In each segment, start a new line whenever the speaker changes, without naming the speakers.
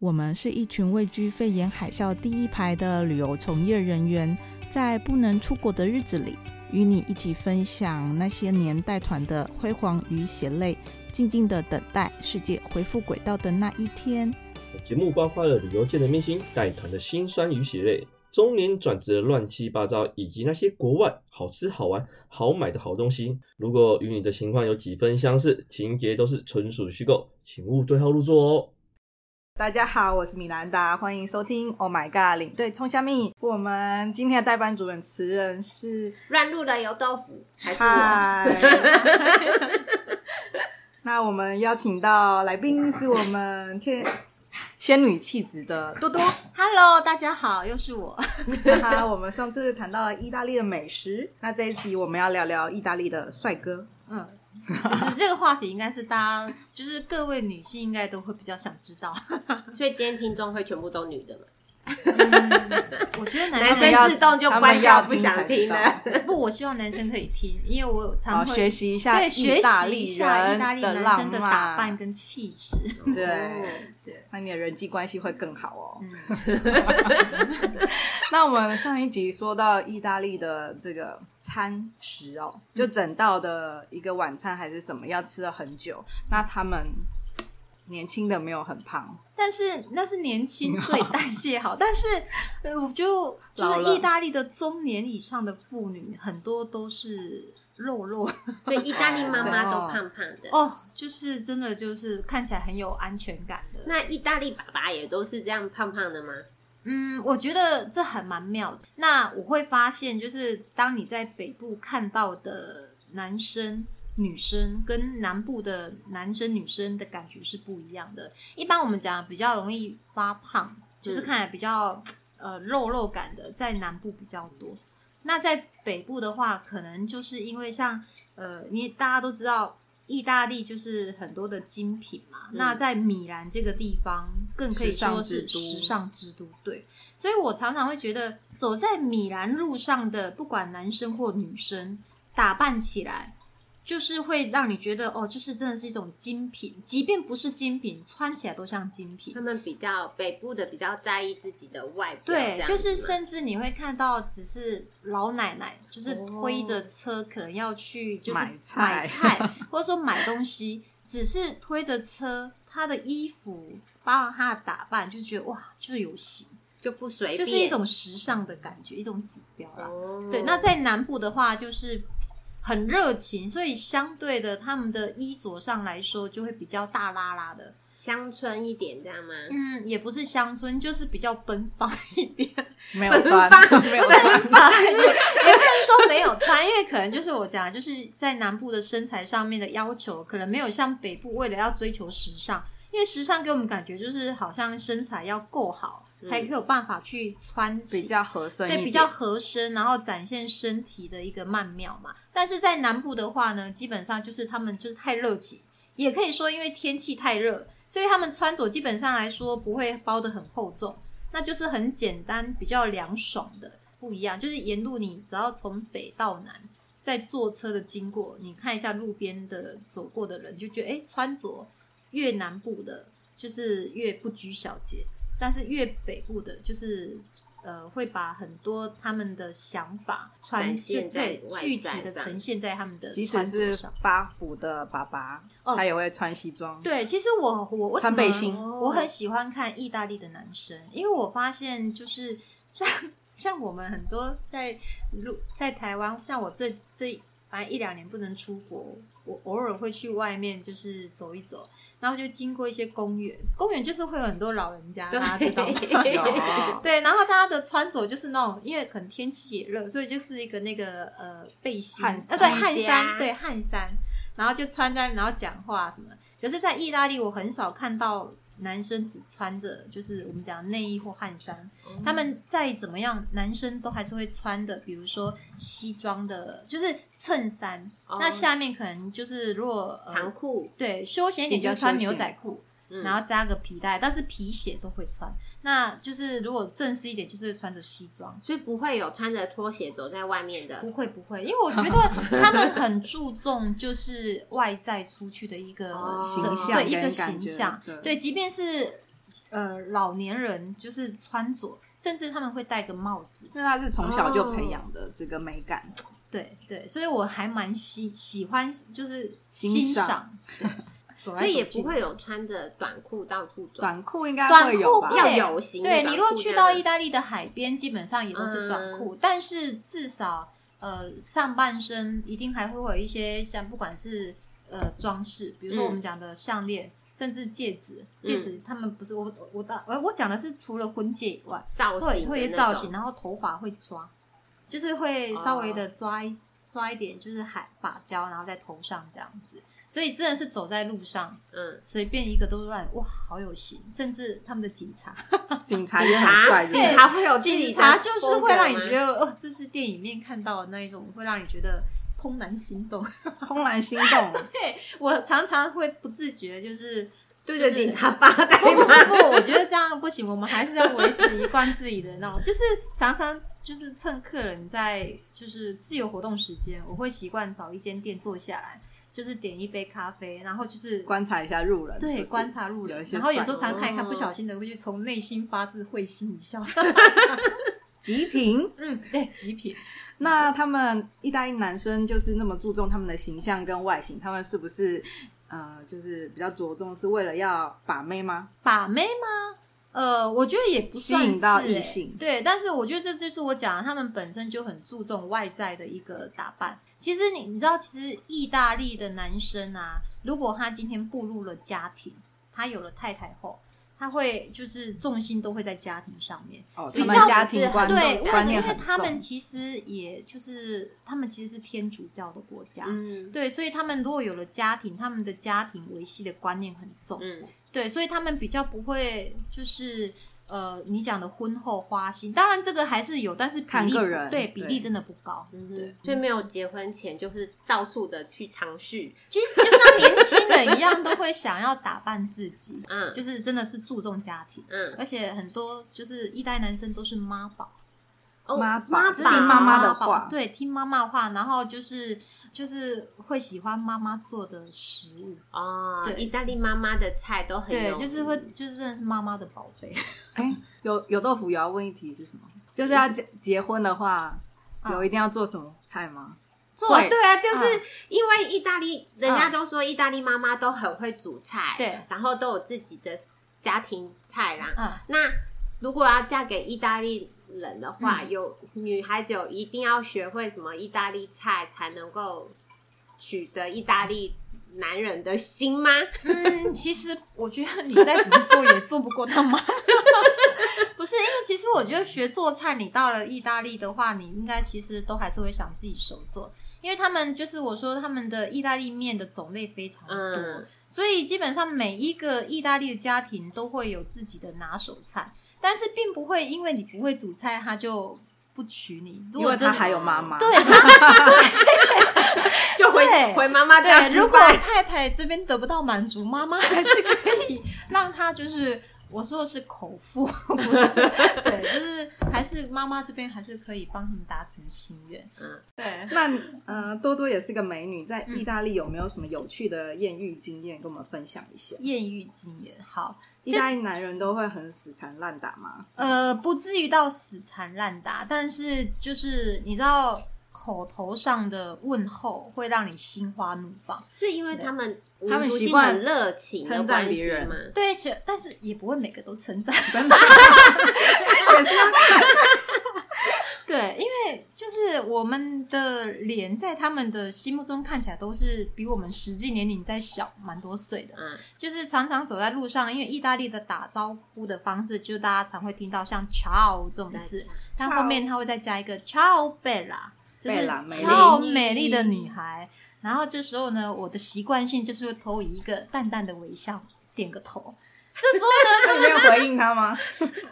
我们是一群位居肺炎海啸第一排的旅游从业人员，在不能出国的日子里，与你一起分享那些年带团的辉煌与血泪，静静的等待世界恢复轨道的那一天。
节目包括了旅游界的明星、带团的辛酸与血泪、中年转职的乱七八糟，以及那些国外好吃好玩好买的好东西。如果与你的情况有几分相似，情节都是纯属虚构，请勿对号入座哦。
大家好，我是米兰达，欢迎收听《Oh My God》领队冲虾米。我们今天的代班主持人是
乱入的油豆腐还是我？
嗨， 那我们邀请到来宾是我们天仙女气质的多多。
Hello，大家好，又是我。
哈哈，我们上次谈到了意大利的美食，那这一集我们要聊聊意大利的帅哥。
嗯，就是这个话题应该是大家，就是各位女性应该都会比较想知道。
所以今天听众会全部都女的嘛？
嗯我觉得
男
男生
生自动就关掉，不想听
他们要
了
听。
不，我希望男生可以听，因为我有
好，
常会
学习一下
对学
意大
习一
利
下意大
人
利
的
男生
浪
的
漫，
打扮跟气质。
对，
对，
那你的人际关系会更好哦。
嗯，
那我们上一集说到意大利的这个餐食
嗯
哦，就整道的一个晚餐还是什么，要吃了很久。那他们年轻的没有很胖，
但是那是年轻，所以代谢好。 但是，呃我就就
老
是
了
意大利的中年以上的妇女，很多都是肉肉
所以意大利妈妈都胖胖的。
哦，就是真的就是看起来很有安全感的。
那意大利爸爸也都是这样胖胖的吗？
嗯，我觉得这还蛮妙的。那我会发现，就是当你在北部看到的男生、女生跟南部的男生、女生的感觉是不一样的。一般我们讲比较容易发胖，就是看起来比较、呃肉肉感的，在南部比较多。那在北部的话，可能就是因为像呃，你大家都知道，意大利就是很多的精品嘛。
嗯
那在米兰这个地方，更可以说是时
时
尚之都。对，所以我常常会觉得，走在米兰路上的，不管男生或女生，打扮起来。就是会让你觉得哦，就是真的是一种精品，即便不是精品，穿起来都像精品
他。们比较北部的比较在意自己的外表，这
对，
样子
就
吗
是甚至你会看到，只是老奶奶就是推着车，可能要去就是
买
哦
菜
买 菜或者说买东西，只是推着车，她的衣服包括她的打扮，就觉得哇，就是有型，
就不随便，
就是一种时尚的感觉，一种指标啦。
哦
对，那在南部的话，就是很热情，所以相对的，他们的衣着上来说就会比较大拉拉的。
乡村一点这样吗？
嗯，也不是乡村，就是比较奔放一点。
没有穿，没有穿，
吧，是也不能说没有穿，因为可能就是我讲，就是在南部的身材上面的要求，可能没有像北部为了要追求时尚，因为时尚给我们感觉就是好像身材要够好，
嗯
才可以有办法去穿起
比较合身一点，
对比较合身，然后展现身体的一个曼妙嘛。但是在南部的话呢，基本上就是他们就是太热情，也可以说因为天气太热，所以他们穿着基本上来说不会包的很厚重，那就是很简单、比较凉爽的，不一样。就是沿路你只要从北到南。在坐车的经过，你看一下路边的走过的人，就觉得哎、诶穿着越南部的，就是越不拘小节；但是越北部的，就是呃，会把很多他们的想法传
展
就
现在
对
外
具
在
体的
上
呈现在他们的
即使
穿着
是
上。
八府的爸爸，
哦
他也会穿西装。
对，其实我我为什
穿
么
背心
我很喜欢看意大利的男生，因为我发现就是像像我们很多在路在台湾，像我这这反正一两年不能出国，我偶尔会去外面就是走一走，然后就经过一些公园，公园就是会有很多老人家，
对
大家知道吗？
有，
对，然后大家的穿着就是那种，因为可能天气也热，所以就是一个那个呃背心，
汗
啊
衫
对汗
瑜
衫，
伽
对汗衫，然后就穿在，然后讲话什么。可是，在意大利，我很少看到男生只穿着就是我们讲的内衣或汗衫，嗯他们再怎么样，男生都还是会穿的，比如说西装的，就是衬衫，那
哦
下面可能就是如果、呃、
嗯长裤，
对，休闲一点
比较
就穿
休闲
牛仔裤，
嗯
然后扎个皮带，但是皮鞋都会穿。那就是如果正式一点，就是穿着西装。
所以不会有穿着拖鞋走在外面的
不会不会，因为我觉得他们很注重就是外在出去的一个
哦
整
形象
对一个
跟感
形
觉
象
对，
对，即便是呃老年人就是穿着，甚至他们会戴个帽子。
因为他是从小就培养的这个美感。
对对，所以我还蛮喜喜欢，就是
欣
欣
赏
赏， 所
所以也不会有穿着短裤到处走。
短裤应该
短
会
裤
有吧？
哦会
要有型的嗯
对
短
你
裤
若去
这样
到意大利的海边，基本上也都是短裤，但是至少呃上半身一定还会有一些像不管是呃装饰，比如说
嗯
我们讲的项链。甚至戒指，戒指他们不是我我我大我我讲的是除了婚戒以外，
造
会
型的
会有
那
造
种
型，然后头发会抓，就是会稍微
哦
的抓一、抓一点，就是海发胶，然后在头上这样子。所以真的是走在路上，
嗯，
随便一个都乱，哇，好有型！甚至他们的警察，
警察也很帅，
警
是不是
察警察会有自己的
警察就是会让你觉
风格吗
得，哦，这是电影里面看到的那一种，会让你觉得哦怦然 心动。
怦然心动。
我常常会不自觉，就是
对
就
着
是
警察发呆
不不
吗？
不，我觉得这样不行，我们还是要维持一贯自己的那种，就是常常就是趁客人在就是自由活动时间，我会习惯找一间店坐下来，就是点一杯咖啡，然后就是
观察一下路人，
对，
是不是
观察路人
有一，些
然后有
帅
时候常看一看，
哦
不小心的会去从内心发自会心一笑。
极品。
嗯，对， 极品。
那他们意大利男生就是那么注重他们的形象跟外形，他们是不是呃，就是比较着重是为了要把妹吗？
把妹吗？呃，我觉得也不算是、
吸
欸、
引到异性
对，但是我觉得这就是我讲的，他们本身就很注重外在的一个打扮。其实你你知道，其实意大利的男生啊，如果他今天步入了家庭，他有了太太后，他会就是重心都会在家庭上面。
哦，
比
他
较
们家庭观
不是
对，
很
观
为
念
因为
很
他们
重，
其实也就是他们其实是天主教的国家，
嗯
对，所以他们如果有了家庭，他们的家庭维系的观念很重，
嗯，
对，所以他们比较不会就是呃，你讲的婚后花心，当然这个还是有，但是比例
看个人
对比例
对
真的不高。
嗯
对
哼，所以没有结婚前就是到处的去尝试，
其实就像年轻人一样，都会想要打扮自己，
嗯
就是真的是注重家庭，
嗯，
而且很多就是一代男生都是妈宝，
哦
妈宝
妈
这
宝
听妈妈的话
宝对，听妈妈的话，然后就是就是会喜欢妈妈做的食物，
哦
对，
意大利妈妈的菜都很
对
有，
就是会就是真的是妈妈的宝贝。
哎，有有豆腐也要问一题是什么？就是要结结婚的话，
啊
有一定要做什么菜吗？
做
会
对啊，就是
嗯
因为意大利，人家都说意大利妈妈都很会煮菜，
嗯对
然后都有自己的家庭菜啦。
嗯，
那如果要嫁给意大利人的话，有女孩子有一定要学会什么意大利菜才能够取得意大利男人的心吗？
嗯，其实我觉得你再怎么做也做不过他妈。 不是，因为其实我觉得学做菜，你到了意大利的话，你应该其实都还是会想自己手做，因为他们就是我说他们的意大利面的种类非常多，
嗯
所以基本上每一个意大利的家庭都会有自己的拿手菜，但是并不会因为你不会煮菜，他就不娶你。如
因
果
为
真
他
的
还有妈妈，
对，他
就回
对
回妈妈家
对，
吃
如果
饭。
太太这边得不到满足，妈妈还是可以让她就是。我说的是口腹，不是对，就是还是妈妈这边还是可以帮你达成心愿。
嗯，
对，
那呃，多多也是个美女，在
嗯
意大利有没有什么有趣的艳遇经验跟我们分享一下？
艳遇经验好，
意大利男人都会很死缠烂打吗？
呃，不至于到死缠烂打，但是就是你知道，口头上的问候会让你心花怒放。
是因为他们
他们
民族
习
性
惯
很热情的
称赞
关
别
系
人
吗？
对，是但是也不会每个都称赞。
真的，也是
对，因为就是我们的脸在他们的心目中看起来都是比我们实际年龄再小蛮多岁的，
嗯
就是常常走在路上，因为意大利的打招呼的方式，就大家常会听到像 ciao 这种字，但后面他会再加一个 ciao bella，就是
Bella，美丽
ciao 美丽的女孩。然后这时候呢，我的习惯性就是会投以一个淡淡的微笑，点个头。这时候呢，
那你没有回应他吗？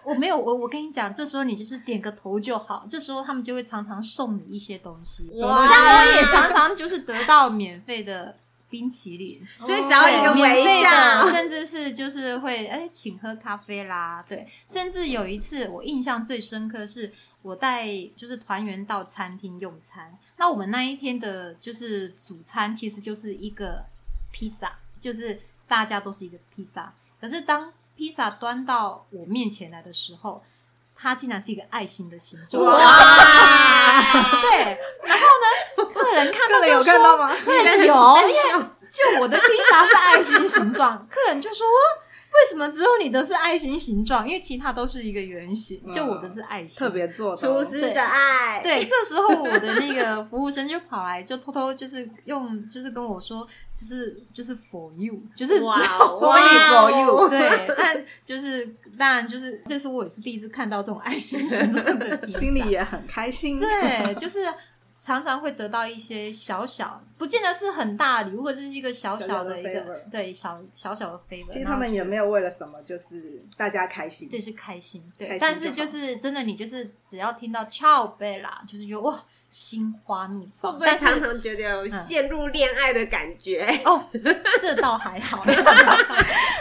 我没有，我我跟你讲，这时候你就是点个头就好。这时候他们就会常常送你一些东西，
什么东西
像我也常常就是得到免费的冰淇淋，
所以只要一个
对免
微
费
笑
的，， 甚至是就是会哎、请喝咖啡啦，对。甚至有一次我印象最深刻是，我带就是团员到餐厅用餐，那我们那一天的就是主餐其实就是一个披萨，就是大家都是一个披萨。可是当披萨端到我面前来的时候，它竟然是一个爱心的形状。
哇，
哦对，然后呢， 客人看到哎就说
有看到吗？
对，有，因为就我的披萨是爱心形状， 客人就说哇为什么只有你的是爱心形状？因为其他都是一个圆形，就我的是爱心。
嗯特别做的
厨
哦
师的爱，，
对，这时候我的那个服务生就跑来，就偷偷就是用，就是跟我说，就是就是 for you，就是只
哇哦
有
我以
哇
为有
哦
对，但就是当然就是，这是我也是第一次看到这种爱心形状 的披萨，
心里也很开心。
对，就是常常会得到一些小小，不见得是很大的礼物，或者是一个小
小小的
的一个
favor
对小小小的 favor。
其实他们也没有为了什么，就是大家开心。
对是开心，
开心
对，但
就是
就
好
是真的，你就是只要听到 “ciao Bella”，就是觉得哇，心花怒
会
放。
不
但
会
是
常常觉得有陷入恋爱的感觉？
哦，这倒 还好。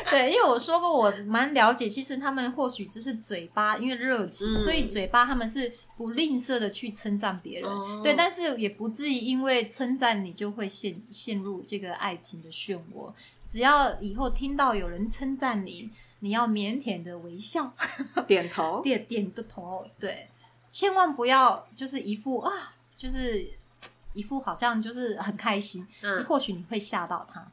对，因为我说过，我蛮了解，其实他们或许只是嘴巴，因为热情，
嗯
所以嘴巴他们是不吝啬的去称赞别人。
哦
对，但是也不至于因为称赞你就会陷陷入这个爱情的漩涡。只要以后听到有人称赞你，你要腼腆的微笑，
点头，
点点个头，对，千万不要就是一副啊，就是一副好像就是很开心，
嗯，
或许你会吓到他。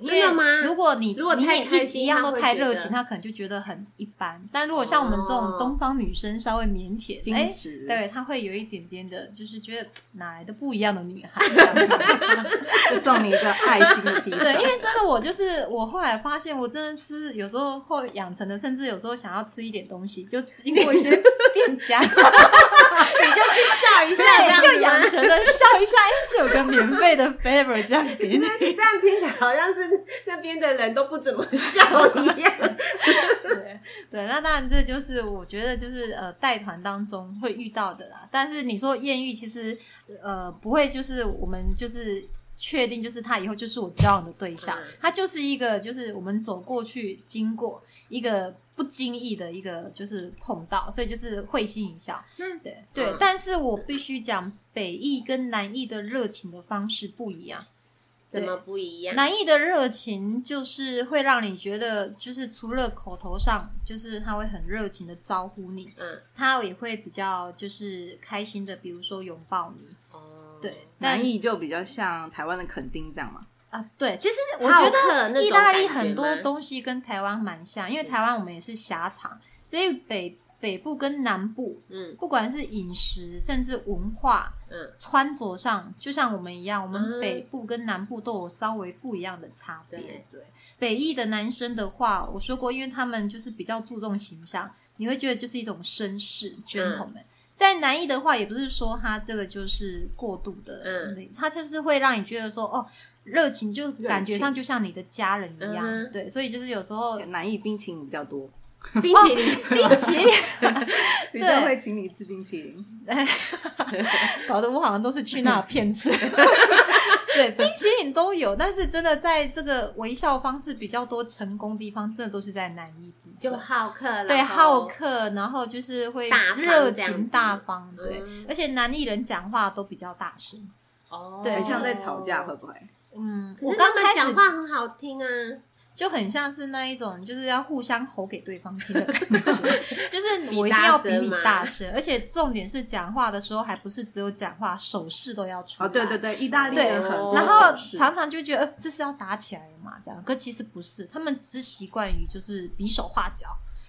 因
真的
为
吗
如果你
如果
你
太
也
开
一
心
一样
他
都
会
太
觉
热
得
情，他可能就觉得很一般。但如果像我们这种
哦
东方女生稍微腼腆，哎、
矜持。
对，他会有一点点的，就是觉得哪来的不一样的女孩。这样子
就送你一个爱心的披
对，因
萨。
为真的我就是我后来发现，我真的是有时候会养成的，甚至有时候想要吃一点东西，就经过一些店 家。
你就去笑一下， 这样
对，就
子吗
养？成了笑一下，哎，这有个免费的 favor 这样给你。
这样听起来好像是那边的人都不怎么笑一样。
对 对，那当然这就是我觉得就是呃带团当中会遇到的啦。但是你说艳遇，其实呃不会，就是我们就是确定就是他以后就是我交往的对象
嗯，
他就是一个就是我们走过去经过一个不经意的一个就是碰到，所以就是会心一笑。
嗯
对对，
嗯
但是我必须讲北艺跟南艺的热情的方式不一样。
怎么不一样？
南艺的热情就是会让你觉得，就是除了口头上，就是他会很热情的招呼你，
嗯，
他也会比较就是开心的，比如说拥抱你，
哦
对，但
南艺就比较像台湾的垦丁这样嘛，
啊，对，其实我
好
觉
客那
得
种
意大
感
利
觉
很多
吗嗯
东西跟台湾蛮像，因为台湾我们也是狭长，所以北北部跟南部，
嗯
不管是饮食甚至文化，
嗯，
穿着上，就像我们一样，我们
嗯
北部跟南部都有稍微不一样的差别。
对
北艺的男生的话，我说过，因为他们就是比较注重形象，你会觉得就是一种绅士
嗯
gentleman。在南艺的话，也不是说他这个就是过度的，
嗯
他就是会让你觉得说，哦，热情就感觉
热情
上就像你的家人一样，
嗯哼
对，所以就是有时候
南艺冰淇淋比较多，
冰淇淋，
冰淇淋
比较会请你吃冰淇淋。
搞得我好像都是 去那骗吃。对，冰淇淋都有，但是真的在这个微笑方式比较多成功的地方，真的都是在南一部分
就好客了，
对好，客，然后就是会
大方
热
这样
情
子
大方，对，
嗯
而且南艺人讲话都比较大声。
哦，
对
很像在吵架，会不会？
嗯，
可
我
是他
刚
们
开
讲
始
话很好听啊，
就很像是那一种，就是要互相吼给对方听的感 觉，就是我
比
一定
大
要比
声
你
吗
大声，而且重点是讲话的时候还不是只有讲话，手势都要出
哦，
来。
对对对，意大利人很
哦
多
然后
手势
常常就觉得，呃，这是要打起来了嘛？这样，可其实不是，他们只是习惯于就是比手画脚，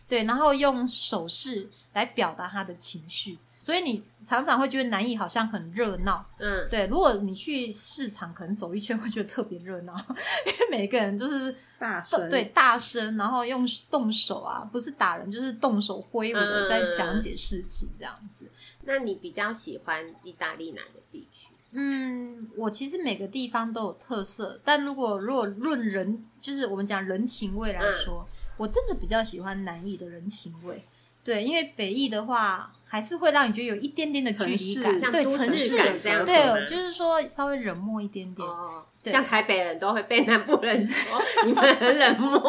对，然后用手势来表达他的情绪，所以你常常会觉得南艺好像很热闹，
嗯，
对。如果你去市场，可能走一圈会觉得特别热闹， 因为每个人就是
大声
对，大声，然后用动手啊，不是打人就是动手挥舞
嗯嗯
的在
嗯
讲解事情这样子。
那你比较喜欢意大利哪个地区？
嗯，我其实每个地方都有特色，但如果如果论人，就是我们讲人情味来说，
嗯
我真的比较喜欢南艺的人情味。对，因为北艺的话，还是会让你觉得有一点点的距离
城
感，
市
像
对
都市
城市
感这样子
对，
吗
就是说稍微冷漠一点点。
哦，
对
像台北人都会被南部人说你们很冷漠，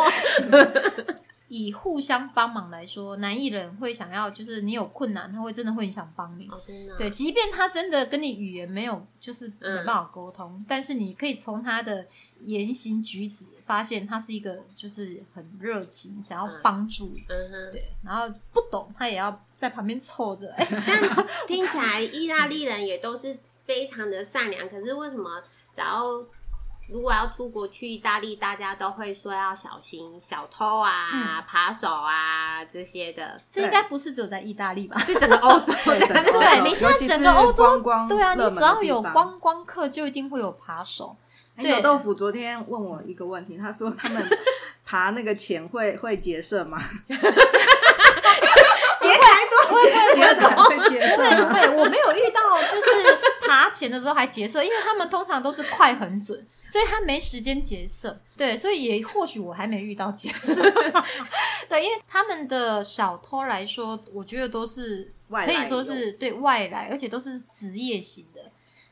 以互相帮忙来说，男艺人会想要就是你有困难，他会真的会很想帮你。
哦，真的，
对，，即便他真的跟你语言没有就是没办法沟通，但是你可以从他的言行举止发现他是一个就是很热情，想要帮助你。
嗯哼，
对，然后不懂他也要在旁边凑着，哎、
但听起来意大利人也都是非常的善良，可是为什么只要如果要出国去意大利，大家都会说要小心小偷
嗯
啊、扒手啊这些 的？
这应该不是只有在意大利吧？
是整个欧 洲
对整个
的，
欧洲
对，你现
尤
在
其
整
是
个欧洲
观，光
对啊，你
热门
只
的
要
地
有
方
观光客，就一定会有扒手。
哎
对
有豆腐昨天问我一个问题，他说他 们爬那个钱会会结社吗？
结财多
结财会结
不会
社
不
吗？
会，我没有遇到就是爬前的时候还结社，因为他们通常都是快很准，所以他没时间结社。对，所以也或许我还没遇到结社。 对，因为他们的小偷来说，我觉得都是
外
可
来
以说是对外来，而且都都是职业型的，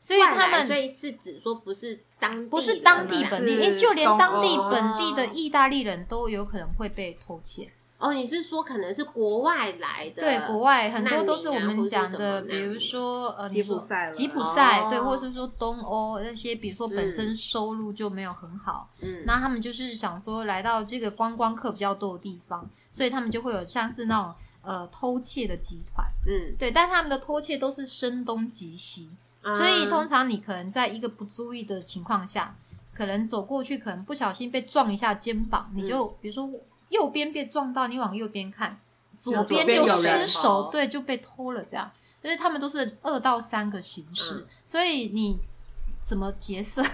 所以
外
他
来
们
所以是指说不是当地人
不是当地本地，
是
因为就连当地
东欧
本地的意大利人都有可能会被偷窃。
哦，你是说可能是国外来的？
对，国外很
难
多
民
都是我
啊或
们
是
讲
什么
的，
难
比如
民
说呃，你
吉普
说
赛了
吉普赛
哦
对，或是说东欧那些，比如说本身
嗯
收入就没有很好，
嗯，
那他们就是想说来到这个观光客比较多的地方，所以他们就会有像是那种呃偷窃的集团，
嗯，
对，但他们的偷窃都是声东击西，所以通常你可能在一个不注意的情况下，可能走过去，可能不小心被撞一下肩膀，你就比如说右边被撞到，你往右边看，左边
边
就
有人
失
哦
手，对，就被偷了这样。但是他们都是二到三个形式，
嗯
所以你怎么劫色？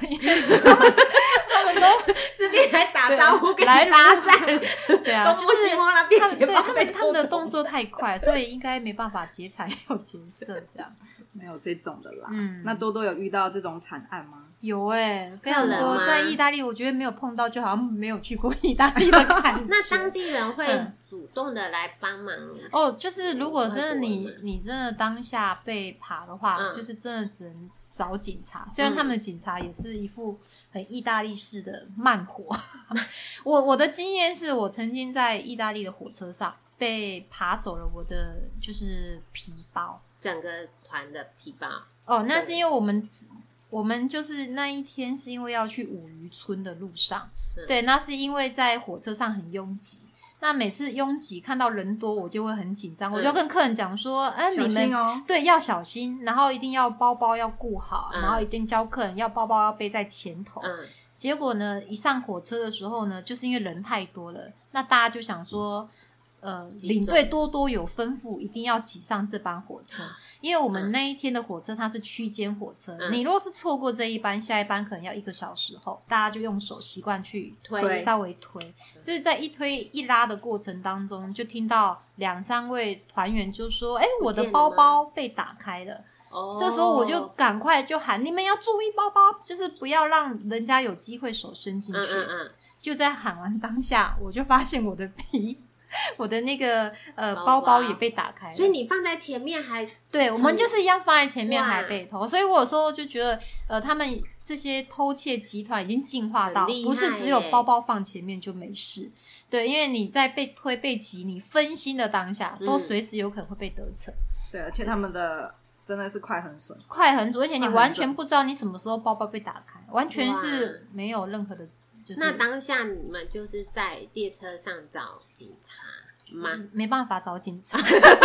这边来打
对
招呼，跟你
来
搭讪，
对啊，
东
就
摸西
是
摸那边
他
钱
们对
包
他
被
们他
偷
们的
走
动作太快，所以应该没办法劫财又劫色这样。
没有这种的啦。
嗯
那多多有遇到这种惨案吗？
有哎、非
有
常
人
多
吗。
在意大利，我觉得没有碰到，就好像没有去过意大利的感觉
那当地人会
嗯
主动的来帮忙你，
哦，就是如果真的
外国
你
人
你真的当下被扒的话，
嗯
就是真的只能找警察。虽然他们的警察也是一副很意大利式的慢活。 我我的经验是我曾经在意大利的火车上被扒走了我的就是皮包。
整个团的皮包，
哦，那
对
是因为我们只我们就是那一天是因为要去五渔村的路上，
嗯
对，那是因为在火车上很拥挤。那每次拥挤看到人多，我就会很紧张，我就要跟客人讲说：“哎、
小
你们、
心哦，
对要小心，然后一定要包包要顾好，
嗯
然后一定教客人要包包要背在前头。
嗯，
结果呢，一上火车的时候呢，就是因为人太多了，那大家就想说，呃，
挤
领
中
队多多有吩咐，一定要挤上这班火车，因为我
嗯
们那一天的火车它是区间火车，
嗯
你如果是错过这一班，下一班可能要一个小时后，大家就用手习惯去
推
稍微推，就是在一推一拉的过程当中，就听到两三位团员就说：“哎，我
不
的
见了
包
吗
包被打开了。”
哦
这时候我就赶快就喊你们要注意包包，就是不要让人家有机会手伸进
嗯
去。
嗯嗯，
就在喊完当下，我就发现我的皮，我的那个呃
包
包
包
包也被打开了。
所以你放在前面还
对我们就是一样放在前面
哇
还被偷，所以我有时候就觉得呃他们这些偷窃集团已经进化到
很厉害
不是只有
耶
包包放前面就没事。对，因为你在被推被挤，你分心的当下，
嗯
都随时有可能会被得逞。
对，而且他们的真的是快很损，
快很准，而且你
快很
完
准
全不知道你什么时候包包被打开，完全是
哇
没有任何的，就是
那当下你们就是在列车上找警察吗？
没办法找警 察，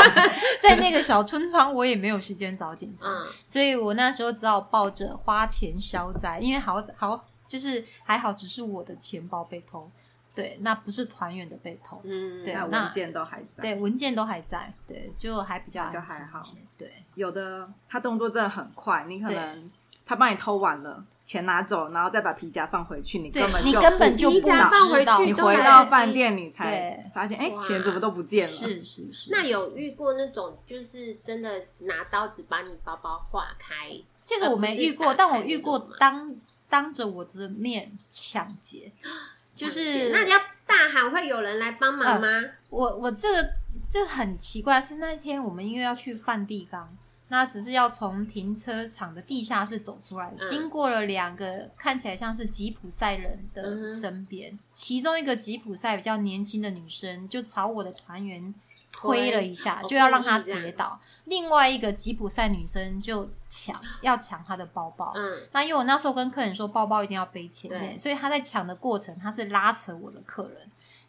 在那个小村庄我也没有时间找警察，
嗯，
所以我那时候只好抱着花钱消灾，因为好好就是还好，只是我的钱包被偷，对，那不是团员的被偷，
嗯，
对啊
那
那
文件都还在。
对，文件都还在，对，就还比较安
就
心
还好
一些，对，
有的他动作真的很快，你可能他帮你偷完了，钱拿走，然后再把皮夹放回去，你
对
根本
你
就
根本
不
就
知
不
皮
道
夹放回
知道
去
你
都
回
来
到
得
饭
及
店你才
对
发现，哎、
哇
钱怎么都不见了？
是是是，
那有遇过那种就是真的拿刀子把你包包划开？
这个我没遇过，
呃而不是打
但
开
我遇过
那种吗
当当着我的面抢 劫，就是
那你要大喊会有人来帮忙吗？
我我这个这很奇怪，是那天我们因为要去梵蒂冈，那只是要从停车场的地下室走出来，
嗯
经过了两个看起来像是吉普赛人
嗯
的
哼
身边，其中一个吉普赛比较年轻的女生就朝我的团员推了一下，
推哦
就要让她跌倒。另外一个吉普赛女生就抢，要抢她的包包。
嗯，
那因为我那时候跟客人说包包一定要背前
对
面，所以他在抢的过程，他是拉扯我的客人。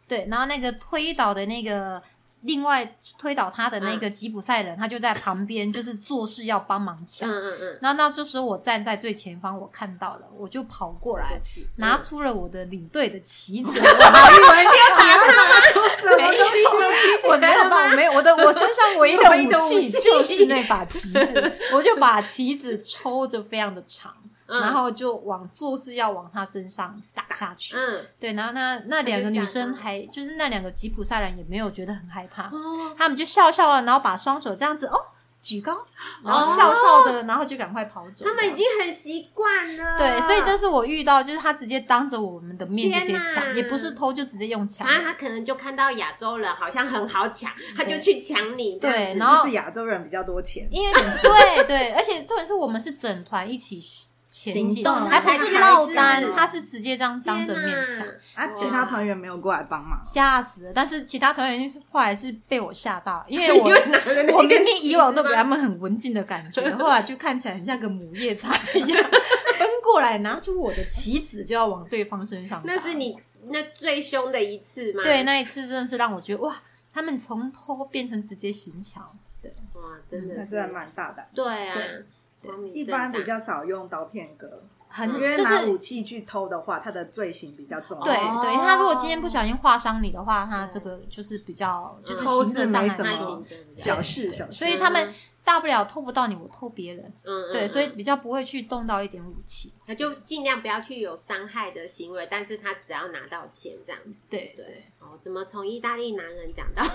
对，然后那个推倒的那个，另外推倒他的那
嗯
个吉普赛人，他就在 旁边，就是做事要帮忙抢。
嗯嗯嗯，
那、那这时候我站在最前方，我看到了，我就跑过来，
去嗯
拿出了我的领队的 旗子，我还以为要打他吗？
什么东西？
我没有吧？我没有，我的我身上唯一的
唯一的
武
武
器
器
就是那把旗子， 我就把旗子抽的非常的长，
嗯
然后就往做事要往他身上打下去。
嗯，
对，然后那那两个女生还就是那两个吉普赛人也没有觉得很害怕，
嗯
他们就笑笑啊，然后把双手这样子哦举高，然后笑笑的，然后就赶快跑走。
哦他们已经很习惯了。
对，所以这是我遇到，就是他直接当着我们的面直接
啊天哪啊
抢，也不是偷，就直接用抢。
反正他可能就看到亚洲人好像很好抢，他就去抢你。这样
对，
子
然后
是亚洲人比较多钱，
因为 对对，而且重点是我们是整团一起前
行
进，
啊
动
还不
还
是
是
落
孩子
单，
哦
他是直接这样当着面抢，
啊，其他团员没有过来帮忙。
吓死了。但是其他团员后来是被我吓 到，因为
天哪
我
因为拿着那
我
根
明
旗
明
子
以往都给他
吗
们很文静的 感觉，后来就看起来很像个母夜叉一样，奔过来拿出我的棋子就要往对方身上打。
那是你那最凶的一次吗？
对那一次真的是让我觉得哇，他们从偷变成直接行抢，
哇，真的
那
是
真的蛮大胆，
对啊
对，
光明
一
正大
般比较少用刀片割，
很
因
就
为拿
是
武器去偷的话，它的罪行比较重。
对
哦
对，他如果今天不小心划伤你的话，他这个就是比较就是
哦偷
刑
是
事上
没
来
什么
说
行，的
小事小事。
所以他们大不了偷不到你，我偷别人，
嗯嗯
对，
嗯
所以比较不会去动到一点武器，
他就尽量不要去有伤害的行为，但是他只要拿到钱这样。
对
对，哦，怎么从意大利男人讲到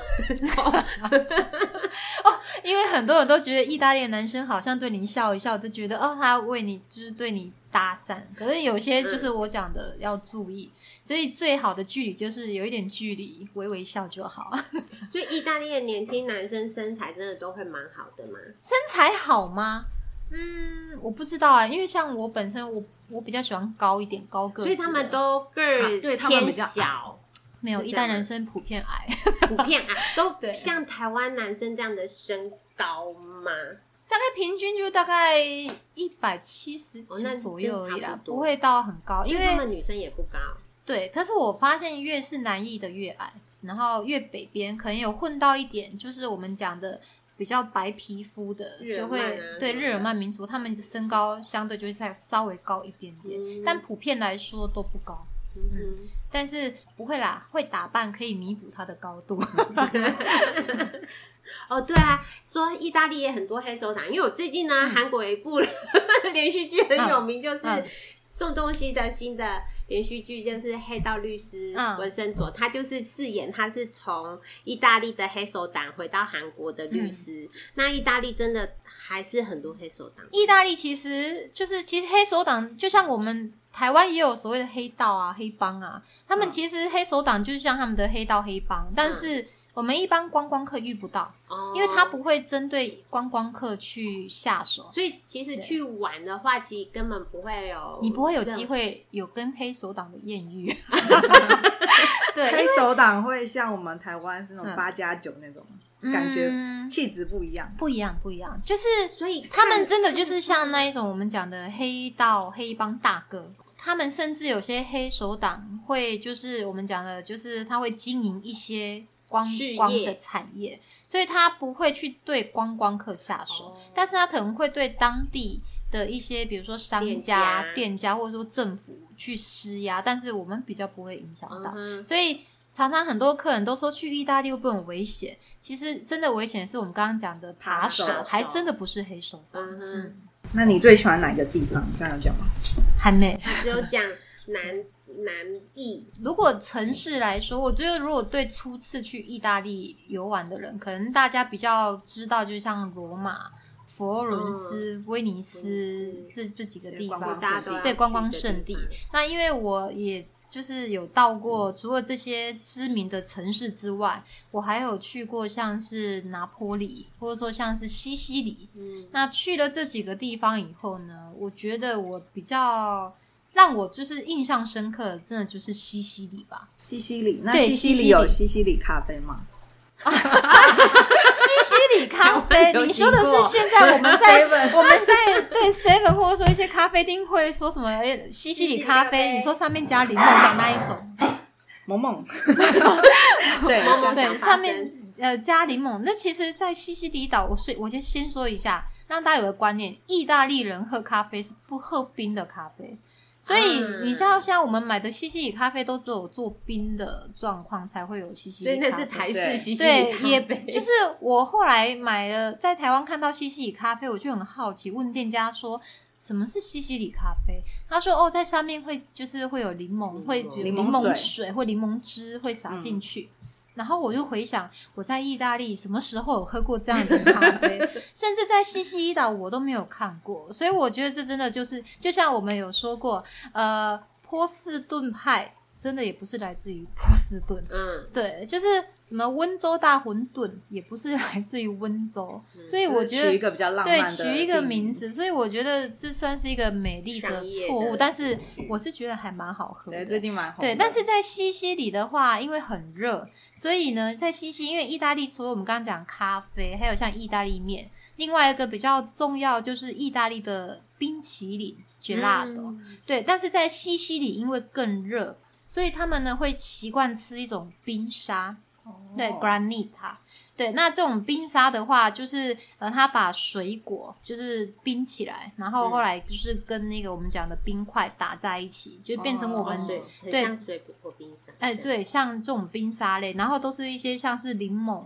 因为很多人都觉得意大利的男生好像对你笑一笑，就觉得哦，他为你就是对你搭讪。可是有些
嗯
就是我讲的要注意，所以最好的距离就是有一点距离，微微笑就好。
所以意大利的年轻男生身材真的都会蛮好的嘛？
身材好吗？嗯，我不知道啊、因为像我本身我我比较喜欢高一点高个
所
子的，
以他们都个儿
啊对他们
偏
比较矮
小，
没有
是
一
这样
代
吗
男生普遍矮，
普遍矮，都
对
像台湾男生这样的身高吗？
大概平均就大概一百七十
哦那
几左右而已
真差
啦
不，多
不会到很高，因
因为他们
为
女生也不高，
对。但是我发现越是南翼的越矮，然后越北边可能有混到一点，就是我们讲的。比较白皮肤的
日耳
就
曼啊
会对
什么的
日耳曼民族，他们的身高相对就会再稍微高一点点，
嗯
但普遍来说都不高。
嗯
但是不会啦，会打扮可以弥补他的高度。
哼， 哦，对啊，说意大利也很多黑手党，因为我最近呢，韩国有一部 连续剧很有名，就是
嗯
宋仲基的新的连续剧，就是《黑道律师
嗯
文森佐》，他就是饰演他是从意大利的黑手党回到韩国的律师。
嗯
那意大利真的还是很多黑手党，
意大利其实就是，其实黑手党就像我们台湾也有所谓的黑道啊、黑帮啊，他们
嗯
其实黑手党就是像他们的黑道、黑帮，但是我们一般观光客遇不到，
哦
因为他不会针对观光客去下手，
所以其实
对
去玩的话，其实根本不会有，
你不会有机。会有跟黑手党的艳遇。对，
黑手党会像我们台湾是那种
嗯
八加九那种感觉
嗯
气质不一样。
不一样，不一样，就是
所以
他
看
们真的就是像那一种我们讲的黑道黑帮大哥，他们甚至有些黑手党会就是我们讲的，就是他会经营一些观
事业
光的产业，所以他不会去对观光客下手，
哦
但是他可能会对当地的一些比如说商
店
家、
家
店家或者说政府去施压，但是我们比较不会影响到。
嗯哼
所以常常很多客人都说去意大利会不会很危险，其实真的危险是我们刚刚讲的扒手
扒手，
还真的不是黑手党，
嗯哼，
那你最喜欢哪一个地方？刚刚有讲吗？
还没。
只有讲南南 意，
如果城市来说，我觉得如果对初次去意大利游玩的人，可能大家比较知道，就像罗马、佛罗伦斯、威尼斯
嗯
这这几个
是
地
观
方
光，
大家都要
对观光
啊去的
圣
地
地
方。
那因为我也就是有到过，除了这些知名的城市之外，我还有去过像是拿坡里，或者说像是西西里。
嗯，
那去了这几个地方以后呢，我觉得我比较让我就是印象深刻的，真的就是西西里吧。
西西里，那
对
西
西西
里
里
有西西里咖啡吗？
西西里咖啡，
有
你说的
听
是
过
现在我们 在
Seven
我们在对 seven 或者说一些咖啡厅会说什么哎西西
西西
里咖
里咖啡
啡，你说上面加柠檬的那一种，
萌萌， 对，
萌萌
对
想发
对，上
生
面呃加柠檬。那其实，在西西里岛，我所以我先先说一下，让大家有个观念：意大利人喝咖啡是不喝冰的咖啡。所以
嗯
你像现在我们买的西西里咖啡都只有做冰的状况才会有西西
所以
里咖
那
啡，
是台
对
式西西里
对
咖，
也
啡
就是我后来买了，在台湾看到西西里咖啡，我就很好奇，问店家说什么是西西里咖啡？他说哦，在上面会就是会有柠檬，会有
柠
柠
檬
檬
水
水或柠檬汁会洒进
嗯
去。然后我就回想，我在意大利什么时候有喝过这样的咖啡？ 甚至在西西里岛我都没有看过，所以我觉得这真的就是，就像我们有说过，呃，波士顿派真的也不是来自于波士顿，
嗯，
对，就是什么温州大馄饨，也不是来自于温州，所以
嗯就是
我觉
取一
得。
个比较浪
对，
漫的
取一个
地
名，字，所以我觉得这算是一个美丽的
商业
错误，
的
但是我是觉得还蛮好喝的。
对，最近蛮红的。
对，但是在西西里的话，因为很热，所以呢，在西西，因为意大利除了我们刚刚讲咖啡，还有像意大利面，另外一个比较重要就是意大利的冰淇淋
嗯
gelato、对，
嗯
但是在西西里因为更热，所以他们呢会习惯吃一种冰沙，对，granita。对，那这种冰沙的话，就是呃，他把水果就是冰起来，然后后来就是跟那个我们讲的冰块打在一起，就变成我们
哦
水很
对
像水果冰沙，
哎，，对，像这种冰沙类，然后都是一些像是柠檬，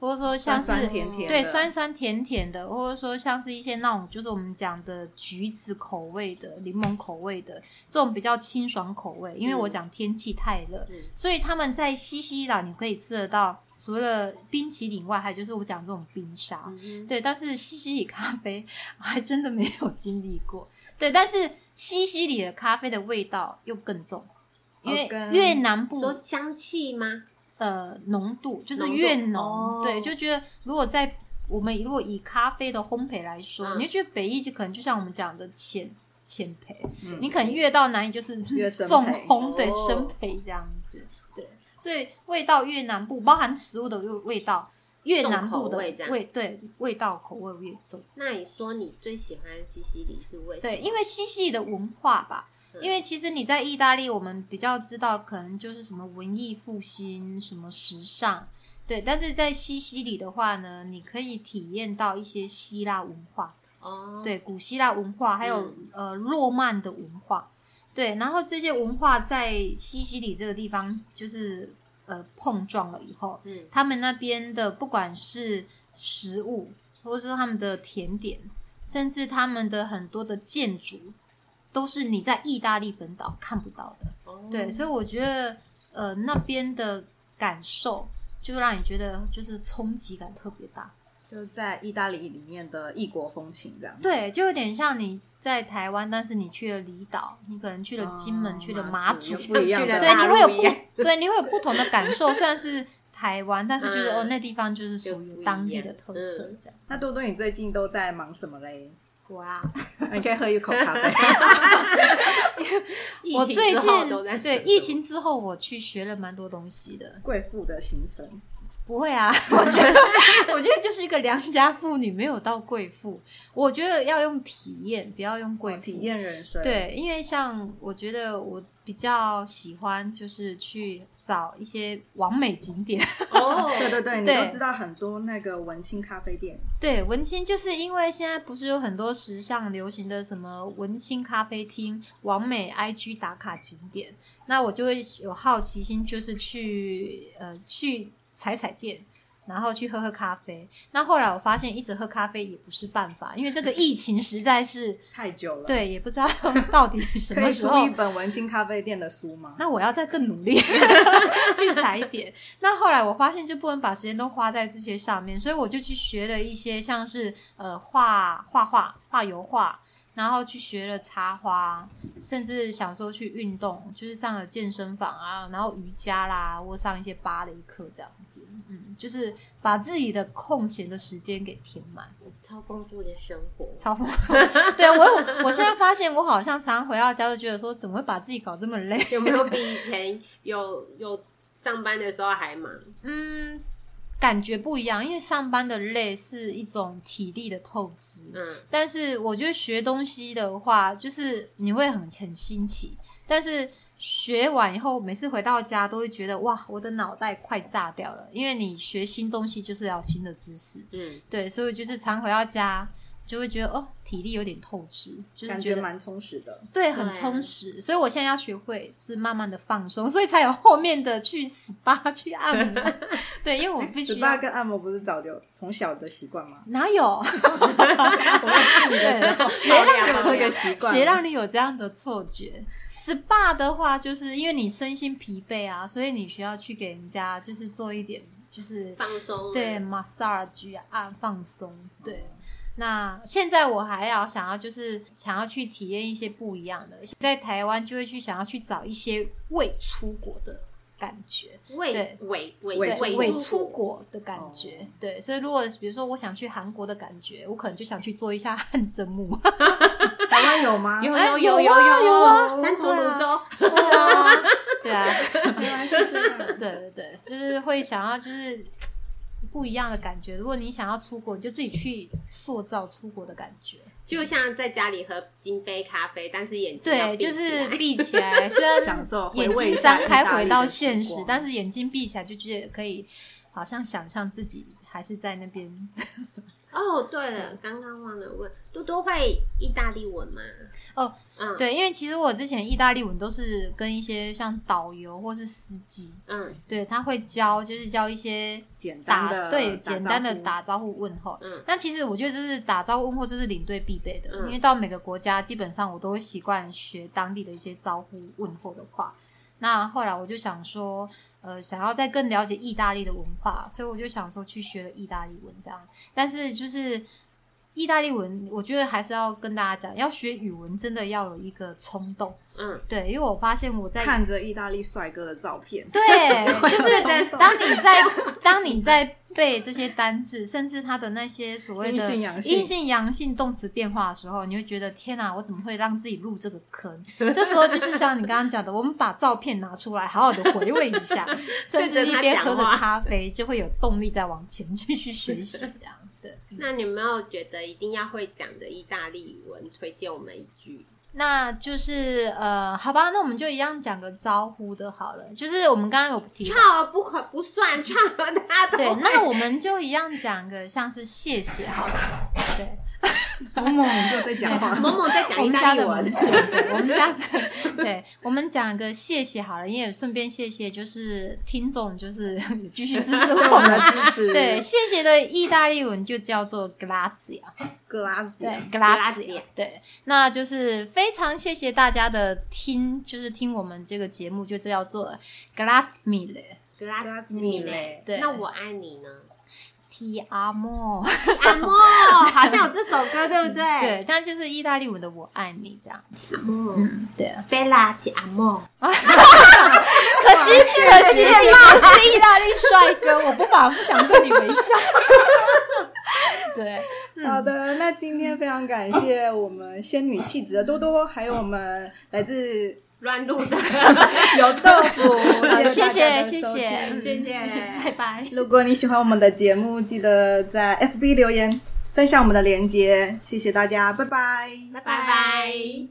或者说像
酸
是
酸甜甜的，
对酸酸甜甜的，或者说像是一些那种就是我们讲的橘子口味的、柠檬口味的这种比较清爽口味，因为我
嗯
讲天气太热，
嗯
所以他们在西西里岛你可以吃得到，除了冰淇淋外，还有就是我讲这种冰沙。
嗯
对，但是西西里咖啡我还真的没有经历过。对，但是西西里的咖啡的味道又更重，因为
哦跟
越南
哼，
部
说香气吗？
呃浓度就是
浓
越
度
浓，
哦
对，就觉得如果在我们如果以咖啡的烘焙来说，
嗯
你就觉得北意就可能就像我们讲的浅浅焙，
嗯
你可能越到南意就是
越深
重
焙
烘，对，
哦
深焙这样子，对，所以味道越南部包含食物的味味道。越
重
南部
口
的
味这样
味对味道口味越重，
那你说你最喜欢西西里是为什么？
对，因为西西里的文化吧，
对
因为其实你在意大利，我们比较知道可能就是什么文艺复兴、什么时尚，对。但是在西西里的话呢，你可以体验到一些希腊文化，
哦，
对，古希腊文化，还有、
嗯
呃诺曼的文化，对。然后这些文化在西西里这个地方就是呃碰撞了以后，
嗯，
他们那边的不管是食物，或者是他们的甜点，甚至他们的很多的建筑，都是你在意大利本岛看不到的。
哦
对，所以我觉得呃那边的感受，就让你觉得就是冲击感特别大。
就在意大利里面的异国风情这样。
对，就有点像你在台湾，但是你去了离岛，你可能去了金门，
哦
去了
马
马
祖
祖，
有不一样的
对， 你会有
不一样
不对，你会有不同的感受。虽然是台湾，但是就是、
嗯
哦，那地方就是属
就不
于
一
当地
样
的特色
嗯
这样。
那多多，你最近都在忙什么 嘞？
哇，
你可以喝一口咖 啡。
疫
我
情
最
之后都在
近对疫情之后，我去学了蛮多东西的。
贵妇的行程，
不 会啊，我觉得我觉得就是一个良家妇女，没有到贵妇。我觉得要用体验，不要用贵
哦
妇。
体验人生。，
对，因为像我觉得我比较喜欢就是去找一些完美景点。
哦，
对对对，你
对
都知道很多那个文青咖啡店，
对，文青就是因为现在不是有很多时尚流行的什么文青咖啡厅、完美 IG 打卡景点，那我就会有好奇心，就是去呃去踩踩店，然后去喝喝咖啡。那后来我发现，一直喝咖啡也不是办法，因为这个疫情实在是
太久了。，
对，也不知道 到底什
可
么
以
时
出
候
一本文青咖啡店的书吗？
那我要再更努力 去踩一点。那后来我发现就不能把时间都花在这些上面，所以我就去学了一些像是呃画画画、画油画，然后去学了插花，甚至想说去运动，就是上了健身房啊，然后瑜伽啦，或上一些芭蕾课这样子。嗯，就是把自己的空闲的时间给填满。
超丰富的生活，
超 疯狂！对我有，我现在发现我好像常常回到家就觉得说，怎么会把自己搞这么累？
有没有比以前有有上班的时候还忙？
嗯，感觉不一样，因为上班的累是一种体力的透支，
嗯，
但是我觉得学东西的话，就是你会很很新奇，但是学完以后，每次回到家都会觉得哇，我的脑袋快炸掉了，因为你学新东西就是要新的知识，
嗯，
对，所以就是常回到家就会觉得哦，体力有点透支，就是
感
觉
觉
得
蛮充实的。
对，
对
很
啊
充实，所以我现在要学会是慢慢的放松，所以才有后面的去 SPA 去按 摩。对，因为我必须
哎十
要？
八跟按摩不是早就从小的习惯吗
哪有
我认识你的时候，
谁让你
有这个习惯？
谁让你有这样的错觉？SPA 的话，就是因为你身心疲惫啊，所以你需要去给人家就是做一点就是
放松，
对，massage 按放松，对。那现在我还要想要就是想要去体验一些不一样的，在台湾就会去想要去找一些未出国的感觉，
未
对
未未
未
对，
未
未出国的感
哦
觉，对。所以如果比如说我想去韩国的感觉，我可能就想去做一下汗蒸木，
台湾有吗？
有
哎
有
有
有
啊有啊
三重
对
泸
啊
州，
是啊， 对啊，
原来是这样。
对对对，就是会想要就是不一样的感觉。如果你想要出国，你就自己去塑造出国的感觉。
就像在家里喝金杯咖啡，但是眼睛要
对，
闭
就
起来
是闭起来，虽然
享受回
眼
味一
睛
下
张
意
开
大
回
利
到
的
现实
光，
但是眼睛闭起来就觉得可以，好像想象自己还是在那边。
哦，对了，刚刚忘了问，多多会意大利文吗？
哦，
嗯，，
对，因为其实我之前意大利文都是跟一些像导游或是司机，
嗯
对他会教，就是教一些
简单
打
的打
对简单的
招呼
打招呼问候。
嗯
那其实我觉得这是打招呼问候，这是领队必备的，
嗯
因为到每个国家基本上我都会习惯学当地的一些招呼问候的话。那后来我就想说，呃，想要再更了解意大利的文化，所以我就想说去学了意大利文这样。但是就是意大利文，我觉得还是要跟大家讲，要学语文真的要有一个冲动，
嗯，
对，因为我发现我在
看着意大利帅哥的照片，
对，就是
在
当你在当你在背这些单字，甚至它的那些所谓的
阴性阳性
阴性阳性动词变化的时候，你会觉得天哪、我怎么会让自己入这个坑？这时候就是像你刚刚讲的，我们把照片拿出来，好好的回味一下，甚至一边喝着咖啡，就会有动力再往前继续学习。这样对。
那你有没有觉得一定要会讲的意大利文推荐我们一句？
那就是呃，好吧，那我们就一样讲个招呼的好了。就是我们刚刚有提到，
差不不算， 差大家都
对，
会
那我们就一样讲个像是谢谢好了。对，
萌萌你又在讲 话，
萌萌在讲
我
意
们
大
家
利
的萌
文，
萌，对我们家的，对，我们讲个谢谢好了，也顺便谢谢，就是听众，就是继续支持
对
我
我 们的
们。
支持。
对，谢谢的意大利文就叫做 grazie，
格拉子
对
grazie
grazie，对，那就是非常谢谢大家的听，就是听我们这个节目，就叫做 grazie
格
Grazie mille
对
那我爱你呢，
ti amo。
阿 莫，好像有这首歌，对不对？
对，但就是意大利文的“我爱你”这样子。
嗯，
对啊，
贝拉及阿莫，
可惜可惜你不是意大利帅哥，我不把不想对你微笑。对，
好的，那今天非常感谢我们仙女气质的多多，还有我们来自
乱录 的，
油豆腐，
谢
谢
谢
谢大家的
谢
收
嗯谢
听
谢谢。
拜拜。
如果你喜欢我们的节目，记得在 FB 留言分享我们的链接，谢谢大家，拜拜。
拜拜。